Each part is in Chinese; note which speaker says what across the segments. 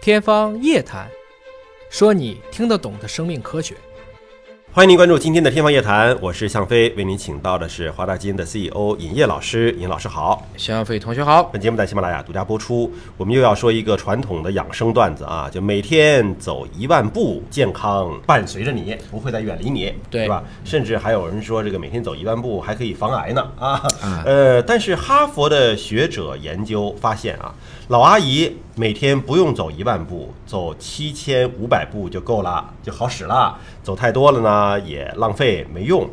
Speaker 1: 天方夜谭，说你听得懂的生命科学。
Speaker 2: 欢迎您关注今天的《天方夜谭》，我是向飞，为您请到的是华大基因的 CEO 尹烨老师。尹老师好，
Speaker 1: 向飞同学好，
Speaker 2: 本节目在喜马拉雅独家播出。我们又要说一个传统的养生段子啊，就每天走一万步，健康伴随着你，不会再远离你，
Speaker 1: 对
Speaker 2: 是吧？甚至还有人说，这个每天走一万步还可以防癌呢啊
Speaker 1: 啊。
Speaker 2: 呃，但是哈佛的学者研究发现啊，老阿姨每天不用走一万步，走七千五百步就够了，就好使了。走太多了呢，也浪费没用。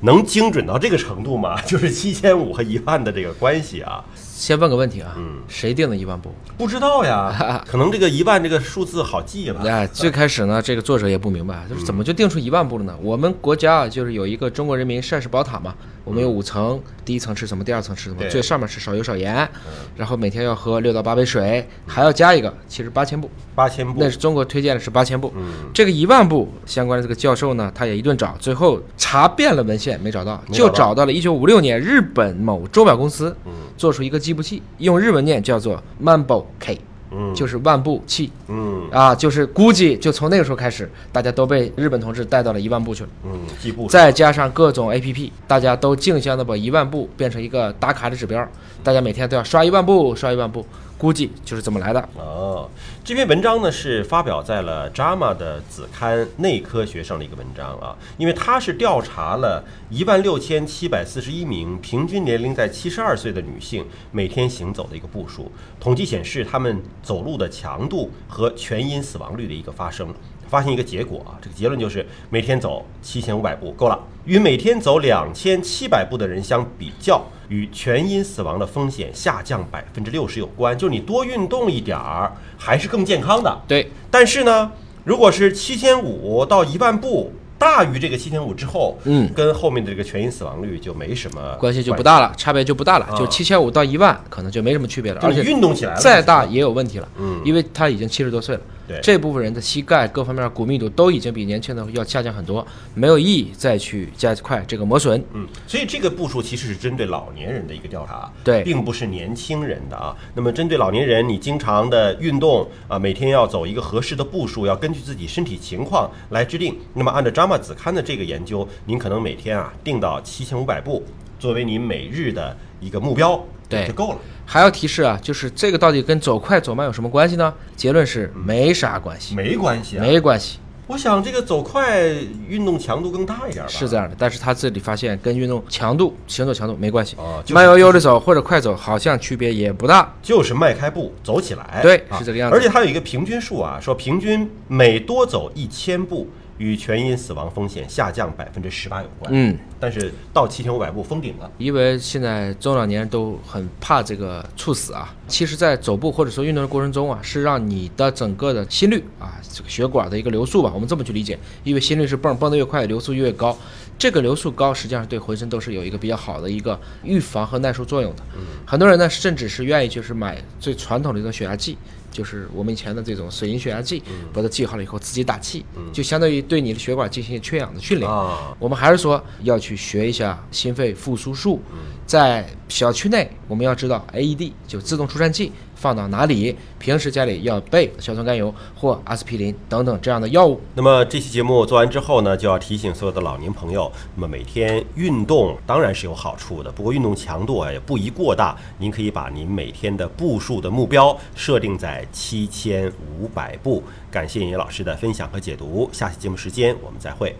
Speaker 2: 能精准到这个程度吗？ 就是七千五和一万的这个关系啊。
Speaker 1: 先问个问题啊，谁定的一万步？
Speaker 2: 不知 道呀，可能这个一万这个数字好记吧。
Speaker 1: 哎，最开始呢，这个作者也不明白，啊就是怎么就定出一万步了呢？我们国家啊，就是有一个中国人民膳食宝塔嘛，我们有五层，第一层吃什么，第二层吃什么，
Speaker 2: 对
Speaker 1: 最上面是少油少盐，然后每天要喝六到八杯水，还要加一个，其实八千步，
Speaker 2: 八千步
Speaker 1: 那，是中国推荐的是八千
Speaker 2: 嗯
Speaker 1: 步，这个一万步相关的这个教授呢，他也一顿找，最后查遍了文献没找到，
Speaker 2: 没找
Speaker 1: 就
Speaker 2: 到嗯
Speaker 1: 找到了1956年日本某钟表公司做出一个计步器，用日文念叫做万步 K，
Speaker 2: 嗯
Speaker 1: 就是万步器。
Speaker 2: 嗯
Speaker 1: 啊，就是估计就从那个时候开始，大家都被日本同志带到了一万步去了。
Speaker 2: 嗯，计步。
Speaker 1: 再加上各种 APP，大家都竞相的把一万步变成一个打卡的指标，大家每天都要刷一万步，刷一万步，估计就是这么来的。
Speaker 2: 哦，这篇文章呢是发表在了《JAMA》的子刊《内科学》上的一个文章啊，因为它是调查了一万六千七百四十一名平均年龄在七十二岁的女性每天行走的一个步数，统计显示她们走路的强度和全因死亡率的一个发生。发现一个结果啊，这个结论就是每天走七千五百步够了，与每天走两千七百步的人相比较，与全因死亡的风险下降百分之六十有关。就是你多运动一点儿，还是更健康的。
Speaker 1: 对，
Speaker 2: 但是呢，如果是七千五到一万步。大于这个七千五之后，
Speaker 1: 嗯，
Speaker 2: 跟后面的这个全因死亡率就没什么
Speaker 1: 关系就不大了，差别就不大了，就
Speaker 2: 啊
Speaker 1: 七千五到一万，可能就没什么区别了。而
Speaker 2: 就
Speaker 1: 且
Speaker 2: 你运动起来了，
Speaker 1: 再大也有问题了，
Speaker 2: 嗯
Speaker 1: 因为他已经七十多岁了，
Speaker 2: 对
Speaker 1: 这部分人的膝盖各方面骨密度都已经比年轻的要下降很多，没有意义再去加快这个磨损。
Speaker 2: 嗯，所以这个步数其实是针对老年人的一个调查，啊
Speaker 1: 对
Speaker 2: 并不是年轻人的啊。那么针对老年人，你经常的运动啊，每天要走一个合适的步数，要根据自己身体情况来制定。那么按照 JAMA 子刊的这个研究，您可能每天啊定到七千五百步，作为您每日的一个目标，
Speaker 1: 对
Speaker 2: 就够了。
Speaker 1: 还要提示啊，就是这个到底跟走快走慢有什么关系呢？结论是没啥关系，
Speaker 2: 嗯没关系啊，
Speaker 1: 没关系，
Speaker 2: 我想这个走快，运动强度更大一点吧。
Speaker 1: 是这样的。但是他这里发现跟运动强度、行走强度没关系，
Speaker 2: 哦就是
Speaker 1: 慢悠悠的走或者快走好像区别也不大。
Speaker 2: 就是迈开步走起来，
Speaker 1: 对
Speaker 2: 啊
Speaker 1: 是这个样子
Speaker 2: 而且它有一个平均数啊，说平均每多走一千步，与全因死亡风险下降百分之十八有关。，
Speaker 1: 嗯，
Speaker 2: 但是到七千五百步封顶了。
Speaker 1: 因为现在中老年人都很怕这个猝死啊。其实，在走步或者说运动的过程中啊，是让你的整个的心率啊，这个血管的一个流速吧，我们这么去理解，因为心率是蹦，蹦得越快，流速越高。这个流速高，实际上是对浑身都是有一个比较好的一个预防和耐受作用的。很多人呢，甚至是愿意就是买最传统的一种血压计，就是我们以前的这种水银血压计，把它记好了以后自己打气，就相当于对你的血管进行缺氧的训练。
Speaker 2: 啊
Speaker 1: 我们还是说要去学一下心肺复苏术，在小区内我们要知道 AED 就自动除颤器放到哪里，平时家里要备硝酸甘油或阿司匹林等等这样的药物。
Speaker 2: 那么这期节目做完之后呢，就要提醒所有的老年朋友，那么每天运动当然是有好处的，不过运动强度啊也不宜过大。您可以把您每天的步数的目标设定在七千五百步。感谢尹老师的分享和解读，下期节目时间我们再会。